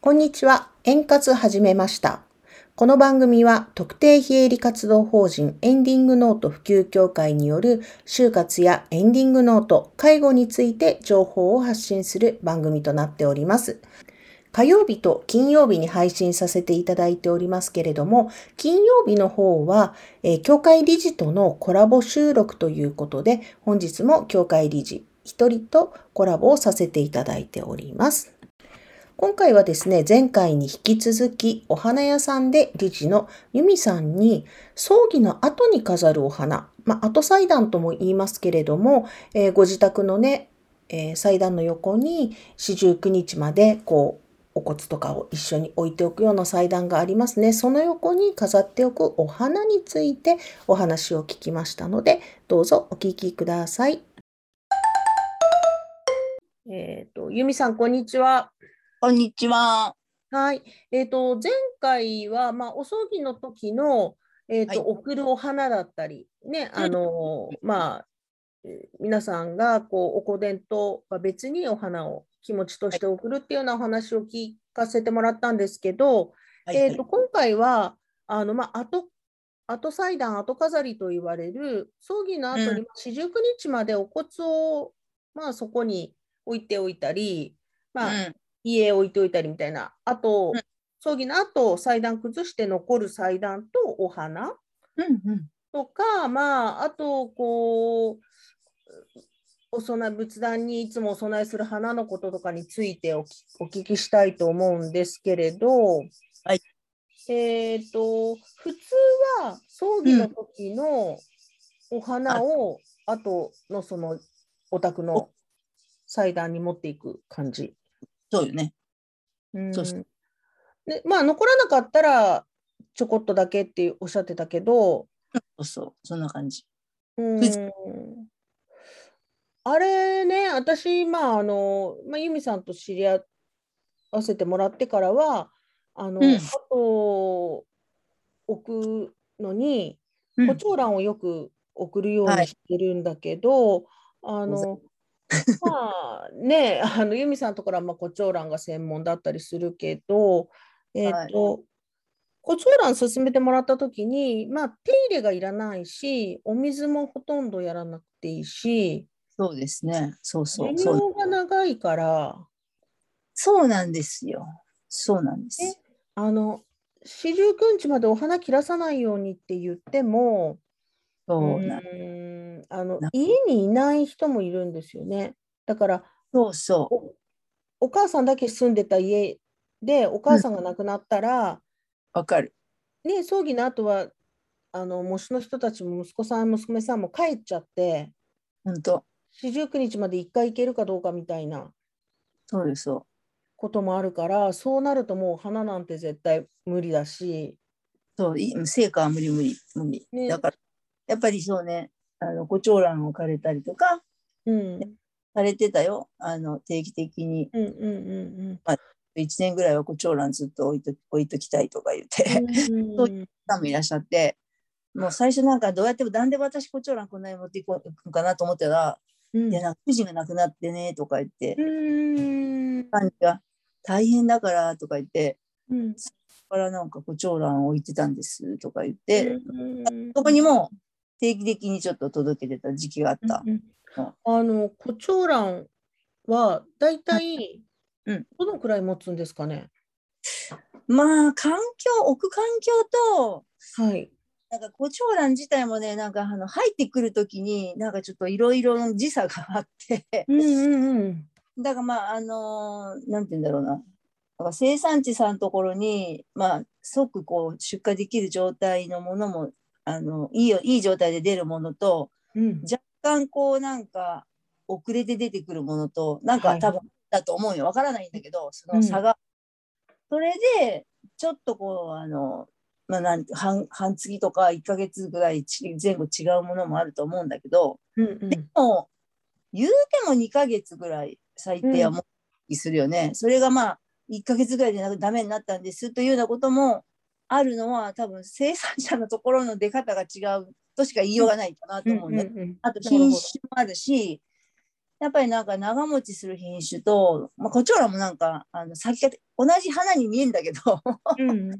こんにちは。円活始めました。この番組は特定非営利活動法人エンディングノート普及協会による就活やエンディングノート、介護について情報を発信する番組となっております。火曜日と金曜日に配信させていただいておりますけれども、金曜日の方は、えー協会理事とのコラボ収録ということで、本日も協会理事一人とコラボをさせていただいております。今回はですね、前回に引き続きお花屋さんで理事の由美さんに葬儀の後に飾るお花、まあ、後祭壇とも言いますけれども、えーご自宅のね、えー祭壇の横に四十九日までこうお骨とかを一緒に置いておくような祭壇がありますね。その横に飾っておくお花についてお話を聞きましたので、どうぞお聞きください。えっ、と、由美さん、こんにちは。こんにちは。はい、えっ、と前回はまあお葬儀の時のえっ、と、はい贈るお花だったりねうんあのーまあえー皆さんがこうお香典とは別にお花を気持ちとして贈るっていうようなお話を聞かせてもらったんですけど、はいえっ、と今回はあのまあ後後祭壇後飾りと言われる葬儀の後うに四十九日までお骨をまあそこに置いておいたりまあ、はい家置いておいたりみたいな、あと、うん葬儀の後祭壇崩して残る祭壇とお花うんうんとか、まあ、あとこう、お供え仏壇にいつもお供えする花のこととかについてお聞お聞きしたいと思うんですけれど、はいえー、と普通は葬儀の時のお花を、後のそのお宅の祭壇に持っていく感じそうよね。うんそうそでまあ残らなかったらちょこっとだけっておっしゃってたけど、そうそう、そんな感じ。うん別あれね私まああの、まあ、由美さんと知り合わせてもらってからはあの、うん後を置くのにうん胡蝶蘭をよく送るようにしてるんだけど、あのまあね あの由美さんのところはまあ胡蝶蘭が専門だったりするけどえっ、と、胡蝶蘭勧めてもらった時にまあ手入れがいらないしお水もほとんどやらなくていいしそうですね。そうそ寿う。そう命が長いからそうなんですよ。そうなんです。あの四十九日までお花切らさないようにって言ってもそううなんーんあのな家にいない人もいるんですよね。だからそうそおお母さんだけ住んでた家でお母さんが亡くなったら、う。わかる。ね、葬儀の後はあの喪主の人たちも息子さん娘さんも帰っちゃって本当。四十九日まで一回行けるかどうかみたいなそうよそこともあるからそうなるともう花なんて絶対無理だし、う。そう、い成果は無理無理無理。ねだから、やっぱりそうね、あの、胡蝶蘭を枯れたりとか、うん、枯れてたよ。あの、定期的にうんうん うん1年ぐらいは胡蝶蘭ずっと置いと置いときたいとか言って。うんうんうん方もいらっしゃって、もう最初なんかどうやっても、なんで私、胡蝶蘭こんなに持っていこうかなと思ったら、うんいや、なんか主人が亡くなってねとか言ってう、ーん感じが大変だからとか言って、うんそこからなんか胡蝶蘭を置いてたんですとか言っうて、んそこにも定期的にちょっと届けてた時期があった。うんうんうんあの胡蝶蘭はだいたいうんどのくらい持つんですかね。まあ、環境、置く環境と、はい。なんか胡蝶蘭自体もね、なんかあの入ってくるときに、なんかちょっといろいろの時差があって、うんうんうん。だからまあ、あのーなんて言うんだろうな。だから生産地さんのところに、まあ、即こう出荷できる状態のものも、あの、いいよ、いい状態で出るものと、うん若干こうなんか、遅れて出てくるものと、なんはかい多分だと思うよ。わからないんだけど、そうんの差が。それで、ちょっとこう、あの、まあ、なんて半半月とか1ヶ月ぐらいち前後違うものもあると思うんだけど、うんうん。もう言うても2ヶ月ぐらい最低はもうするよね、それがまあ1ヶ月ぐらいでなくダメになったんですというようなこともあるのは多分生産者のところの出方が違うとしか言いようがないかなと思うんだ、うんうんうんあと品種もあるしやっぱりなんか長持ちする品種と、まあ、コチョウランもなんかあの咲き方同じ花に見えるんだけど うん。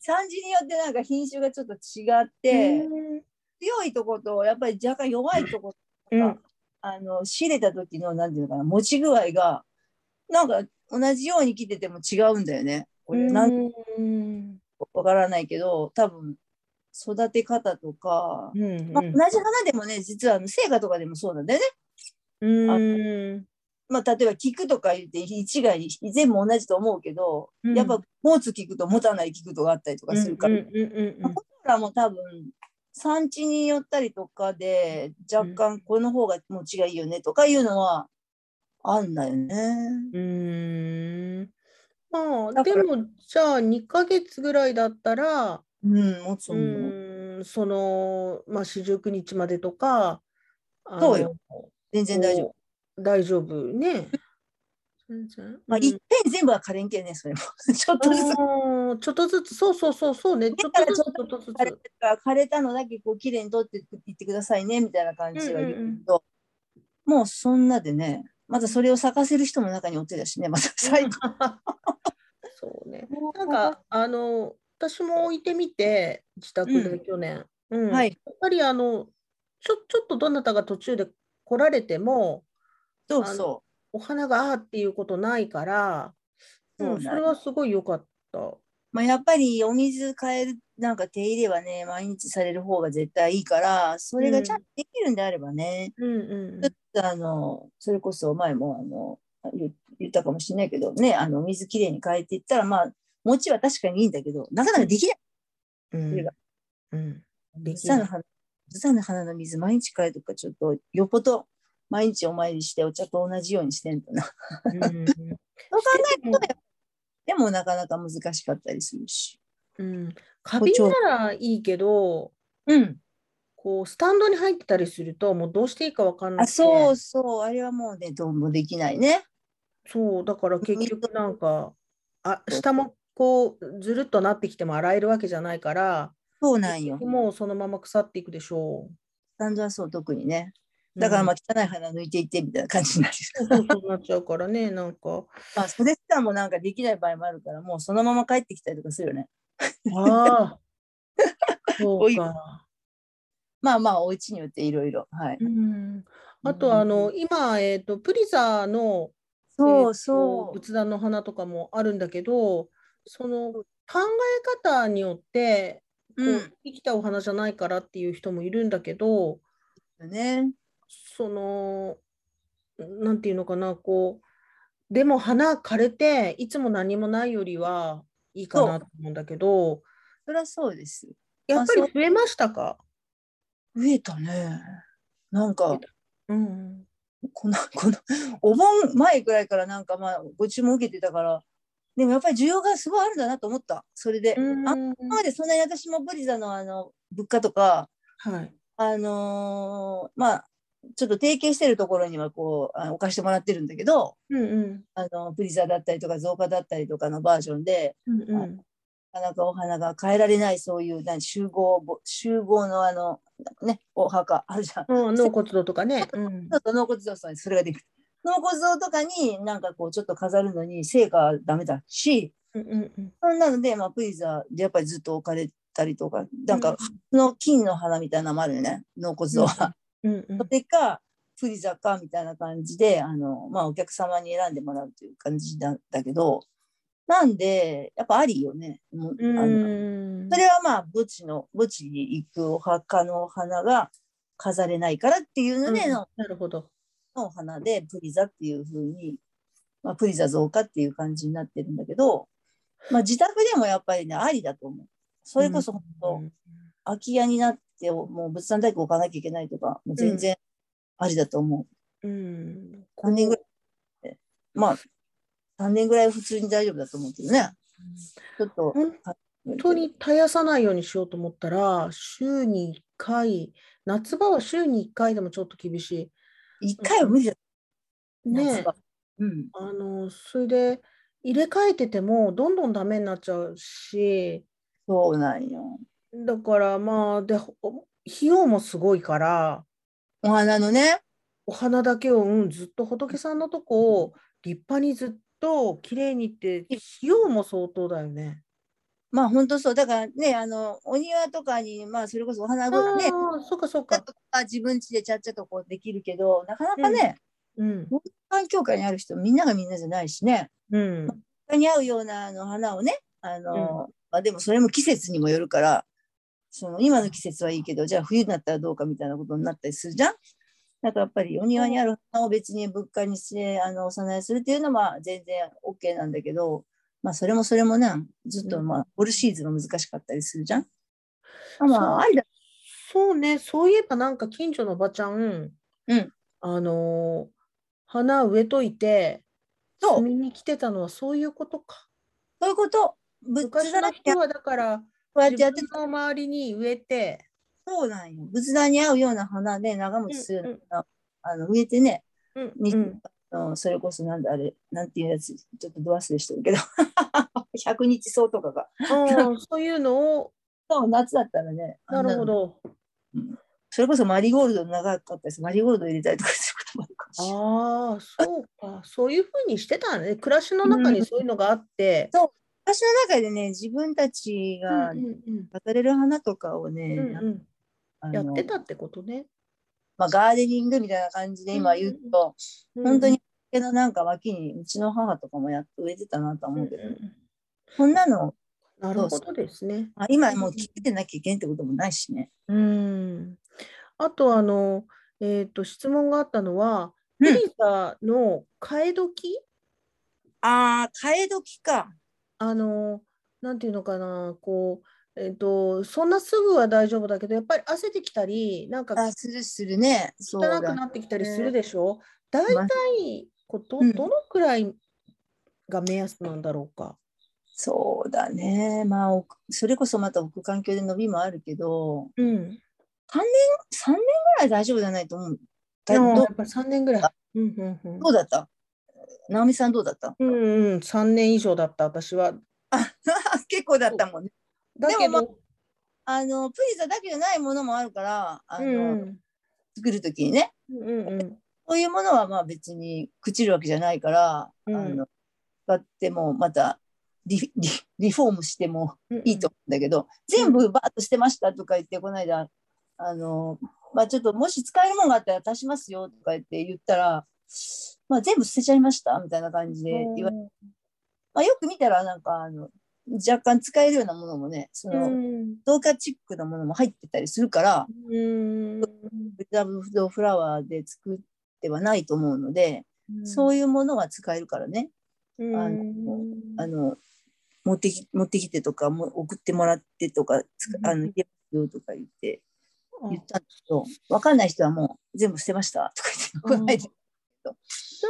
産地によってなんか品種がちょっと違って、強いとことやっぱり若干弱いとことか、うんあの仕入れた時のなんていうのかな持ち具合がなんか同じように来てても違うんだよね。これなんうん。わからないけど多分育て方とか、うんまあ、同じ花でもね実はあの成果とかでもそうなんだよね。うん。まあ、例えば菊とか言って一概に全部同じと思うけど、うんやっぱ持つ菊と持たない菊とかあったりとかするかうら、んうんまあ、コアラも多分産地によったりとかで若干この方が持ちがいいよねとかいうのはあんだよね。うんうん。うん。まあ、だかでらも、じゃあ、2ヶ月ぐらいだったら、うん、持つうもの。ん、その、まあ、四十九日までとか、あそのうよ。全然大丈夫。夫。大丈夫ね。 全然。まあ、うんいっぺん全部は可憐系ね、それも。 ちょっとずつあーちょっとずつ、そうそうそう、そうね、ちょっからとずつ、ちちょょっっとず枯れつ。た枯れたのだけこう綺麗に取っていってくださいねみたいな感じは言うけど、うんうんもうそんなでね、またそれを咲かせる人も中におってたしね、また最後。 そうね。ななんか、あの、私も置いてみて、自宅うでん去年。うんはやいっぱり、あの、ちょ、ちょっとどなたが途中で来られても、そうそお花があーっていうことないから、そううなんん、だそれはすごい良かった。う。まあ、やっぱりお水変える、なんか手入れはね、毎日される方が絶対いいから、それがちゃんとできるんであればね、うんうんちょっとあの、それこそ前もあの言言ったかもしれないけどね、あの、水きれいに変えていったら、まあ、餅は確かにいいんだけど、なかなかできない。うん。それがうん。うんできさの花、ブサの花の水毎日変えとくか、ちょっと、よっぽど毎日お参りしてお茶と同じようにしてんとな。 そううん考えると、でもなかなか難しかったりするし。うん。花瓶包な丁らいいけど、うん。こうスタンドに入ってたりするともうどうしていいかわかんなあ、くてそうそう、あれはもうね、どうもできないね。そうだから結局なんかあ下もこうずるっとなってきても洗えるわけじゃないからそうなんよ。もうそのまま腐っていくでしょスタンドはそう、特にね。うだからまああ、汚い花抜いていってみたいな 感じになる。そうそうなっちゃうから ねなんかまあ、それすらもなんかできない場合もあるから、もうそのまま帰ってきたりとかするよね。ああそおういか、まあまあ、お家によっていろいろ。はい。うん、あとあの今、えー、とプリザのそうえーとそう。仏壇の花とかもあるんだけどその考え方によってこううん。生きたお花じゃないからっていう人もいるんだけどね。そのなんていうのかなこうでも花枯れていつも何もないよりはいいかなと思うんだけどそりゃそうです。やっぱりあそう増えましたか増えたね。なん増かえ、うんこの、 この、お盆前くらいからなんかまあ、ご注文受けてたから、でもやっぱり需要がすごいあるんだなと思った。それで、あうん今までそんなに私もブリザのあの、物価とか、はいあのーまあ、ちょっと提携してるところにはこう、あの置かしてもらってるんだけど、うんうんあの、ブリザだったりとか、増加だったりとかのバージョンで、うんうんなかなかお花が変えられない、そういう、なん集合、集合のあの、ね、お墓あるじゃん。うん納骨堂とかねうんちょっと納骨堂さんにそれができる。納骨堂とかになんかこうちょっと飾るのに成果はダメだし、うんうんうんそんなので、まあ、プリザでやっぱりずっと置かれたりとか、なんかその金の花みたいなのもあるよね、納骨堂は。うんうんそれか、プリザかみたいな感じで、あの、まあお客様に選んでもらうという感じなんだけど、なんで、やっぱありよね。もうあのうんそれはまあ墓地の墓地に行くお墓の花が飾れないからっていうので、うんのなるほどのお花でプリザっていう風に、まあ、プリザ増加っていう感じになってるんだけど、まあ、自宅でもやっぱりねありだと思うそれこそ本当空き家になってもう仏壇大工置かなきゃいけないとかもう全然ありだと思うんうんう、3年ぐらいでまあ3年ぐらいは普通に大丈夫だと思うけどねちょっと本本当に絶やさないようにしようと思ったら、週に1回、夏場は週に1回でもちょっと厳し1回は無理だい。ね夏場うんあの、それで入れ替えてても、どんどんダメになっちゃうし、そうなんよだからまあ、で、ほ費用もすごいから、お花のねお花だけを、うん、ずっと仏さんのとこを立派にずっと綺麗にって費用も相当だよね。まあ本当そうだからねあのお庭とかにまあそれこそお花ごねああ、そっかそっちょかっ。とか自分家でちゃっちゃとこうできるけどなかなかね、うん。環境下にある人みんながみんなじゃないしね うん。他に合うようなあの花をねあの、まあ、でもそれも季節にもよるからその今の季節はいいけどじゃあ冬になったらどうかみたいなことになったりするじゃん。なんかやっぱりお庭にある花を別に物価にしてあのお供えするっていうのは全然 OK なんだけど、まあ、それもそれもねずっとまあオールシーズンが難しかったりするじゃん。まあありだそうね、そういえばなんか近所のおばちゃん、うんあのー花植えといて、そう摘みに来てたのはそういうことか。そういうこと仏昔壇のにこ人はだから、うやってや自って分の周りに植えて、そうなんよ。仏壇に合うような花で長持ちするような、あの植えてね、うんにうんうん、それこそなんだあれ、なんていうやつ、ちょっとド忘れしてるけど、100日草とかが。うんそういうの を、そう、夏だったらね、なるほあんの。ど。それこそマリーゴールド長かったです。マリーゴールド入れたりとかすることもあるかもしれない。ああ、そうか、そういうふうにしてたね。暮らしの中にそういうのがあって。私の中でね、自分たちうんがうん飾れる花とかをね、うんうんあうんのやってたってことね。まあ、ガーデニングみたいな感じで今言うと、本当に、家のなんか脇にうちの母とかもやっと植えてたなとはうんう思んうけど、うんこんなのなるほどですね。まあ、今もう聞いてなきゃいけんってこともないしね。うん。あと、あの、えっと、質問があったのは、うんフリザの替え時ああ、替え時か。あの、なんていうのかな、こう、えっと、そんなすぐは大丈夫だけど、やっぱり汗てきたり、なんかあするするね。そう汚くだ。なってきたりするでしょ大まあ体こと、うんどのくらいが目安なんだろうか。そうだね。まあ、置くそれこそまた置く環境で伸びもあるけど、うん。 3年ぐらい大丈夫じゃないと思う。だでもどやうっぱり3年ぐらい。うんうんうんどうだった直美さんどうだった うんうん、3年以上だった、私は。結構だったもんね。だけど、あの、プリザだけじゃないものもあるから、あうのん作るときにね、うんうんそういうものはまあ別に朽ちるわけじゃないから、うんあの使ってもまたリリリフォームしてもうんいいと思うんだけど、全部バーッとしてましたとか言ってこの間あの、まあ、ちょっともし使えるものがあったら足しますよとか言って言ったら、まあ、全部捨てちゃいましたみたいな感じで言われ、うまあ、よく見たらなんかあの若干使えるようなものもねそのん同化チックなものも入ってたりするからうんブダブドフラワーで作ってはないと思うので、そういうものは使えるからねうんああの持ってき持ってきてとかも送ってもらってとかつかあうんのうん入れますよとか言ってあ言ったんだけど分かんない人はもう全部捨てましたとか言って送らないでじ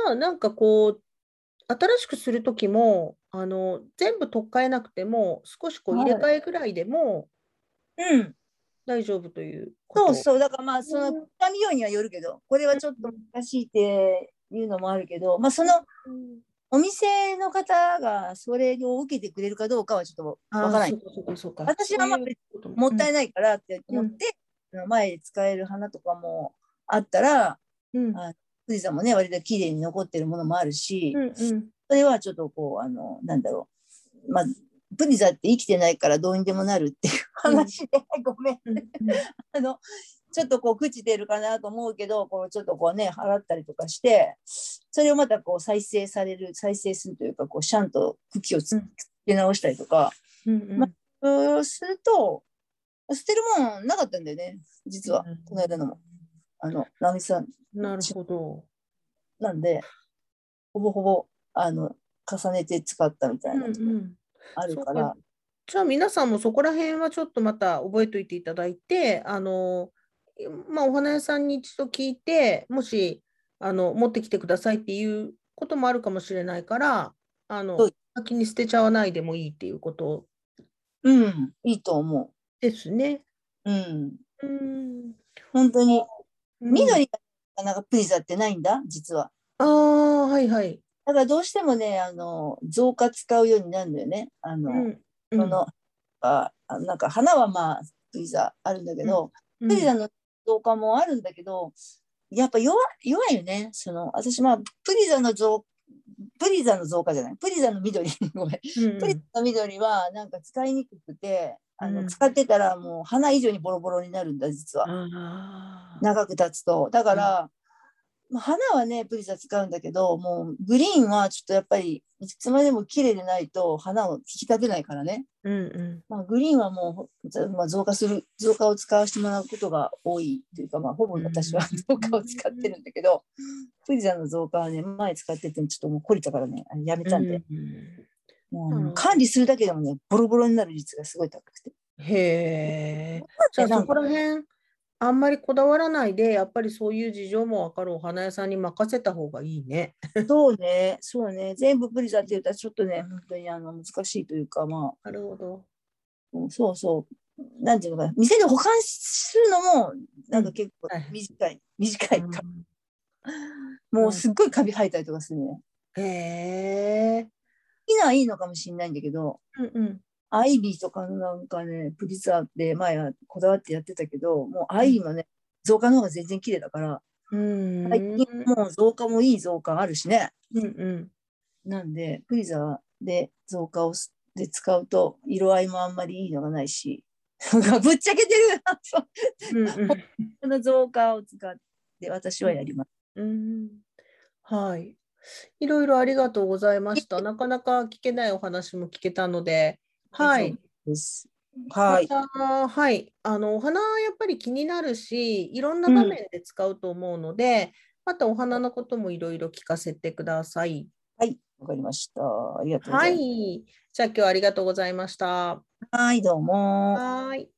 ゃあなんかこう新しくする時もあの全部取っ替えなくても少しこうは入いれ替えぐらいでもうん大丈夫というこそとうそうだからまあその痛みようにはよるけどこれはちょっと難しいっていうのもあるけどまあそのうんお店の方がそれを受けてくれるかどうかはちょっとあー分からないそうかそうかそうか私はまあそういうこともったいいないからって思って、前で使える花とかもあったらうんあ富士山もね割と綺麗に残ってるものもあるし、うんうんそれはちょっとこう、あの、なんだろう。まあ、プリザって生きてないからどうにでもなるっていう話で、ごめん。うんあの、ちょっとこう、朽ちてるかなと思うけど、こう、ちょっとこうね、払ったりとかして、それをまたこう、再生される、再生するというか、こう、シャンと茎をつうんつけ直したりとか、うんうんまそうすると、捨てるもんなかったんだよね、実はうん。この間のも。あの、ナミさんなるほど。なんで、ほぼほぼ、あの、重ねて使ったみたいな、うんうんあるかそうらか。じゃあ皆さんもそこら辺はちょっとまた覚えておいていただいて、あの、まあ、お花屋さんに一度聞いて、もし、あの、持ってきてくださいっていうこともあるかもしれないから、あそのう、先に捨てちゃわないでもいいっていうことうん、いいと思ですね。う。うん、うん。本当に。うん緑がなんかプリザってないんだ、実は。ああ、はいはい。だからどうしてもね、あの、造花使うようになるんだよね。あの、うん。この、ああなんか花はまあ、プリザあるんだけど、うん、プリザの造花もあるんだけど、やっぱ弱弱いよね。その私まあプリザの増プリザの増加じゃないプリザの緑 ごめんプリザの緑はなんか使いにくくてあの、うん使ってたらもう花以上にボロボロになるんだ実はあ長く経つとだから、まあ花はねプリザ使うんだけどもうグリーンはちょっとやっぱりいつまでも綺麗でないと花を引き立てないからね、うんうんまあ、グリーンはもうざ、まあ、増加する増加を使わせてもらうことが多いというか、まあ、ほぼ私はう増ん加を使ってるんだけど、プリザの増加はね前使っててちょっともう懲りたからねあのやめたんで、うんもなるほうど管理するだけでもねボロボロになる率がすごい高くて。へえ。じゃあなんそかこら辺あんまりこだわらないでやっぱりそういう事情もわかるお花屋さんに任せた方がいいね。そうね、そうね、全部プリザって言ったらちょっとね、本当にあの難しいというか、まあ、なるほど。うんそうそう、なんていうのかな、店で保管するのも、なんか結構うんはい短い、短いか、もうすっごいカビ生えたりとかするね。へえ。好きないいのかもしれないんだけど、うんうん。アイビーとかのなんかね、プリザって前はこだわってやってたけど、もうアイビーもね、増加の方が全然綺麗だから、うん。最近もう増加もいい増加あるしね。うんうん。なんで、フリザーで増加をすで使うと、色合いもあんまりいいのがないし、 なんかぶっちゃけてるそううんうんこの増加を使って、私はやります。うんはい。いろいろありがとうございました。なかなか聞けないお話も聞けたので、はい。。です。はい。またはい。あの、お花はやっぱり気になるし、いろんな場面で使うと思うので、またお花のこともいろいろ聞かせてください。はい。わかりました。ありがとうごはざいます。い。じゃあ今日はありがとうございました。はい、どうも。はい。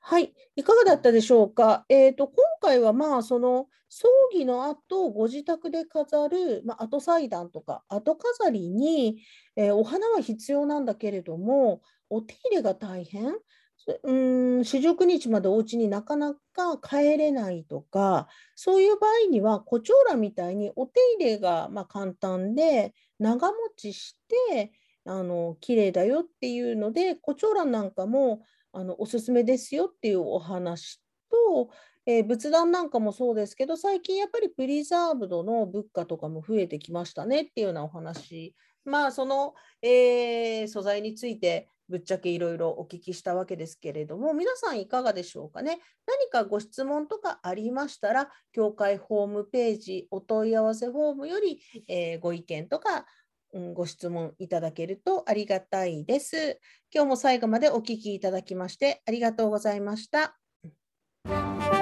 はい、いかがだったでしょうか。えっ、と、今回はまあ、その葬儀の後、ご自宅で飾る、まあ、後祭壇とか、後飾りに、えーお花は必要なんだけれども、お手入れが大変。そうん、四十九日までお家になかなか帰れないとか、そういう場合には、胡蝶蘭みたいにお手入れがまあ簡単で、長持ちして、あの綺麗だよっていうので胡蝶蘭なんかもあのおすすめですよっていうお話と、えー仏壇なんかもそうですけど最近やっぱりプリザーブドの物価とかも増えてきましたねっていうようなお話まあその、えー素材についてぶっちゃけいろいろお聞きしたわけですけれども皆さんいかがでしょうかね何かご質問とかありましたら協会ホームページお問い合わせフォームより、えーご意見とかうんご質問いただけるとありがたいです。今日も最後までお聞きいただきましてありがとうございました。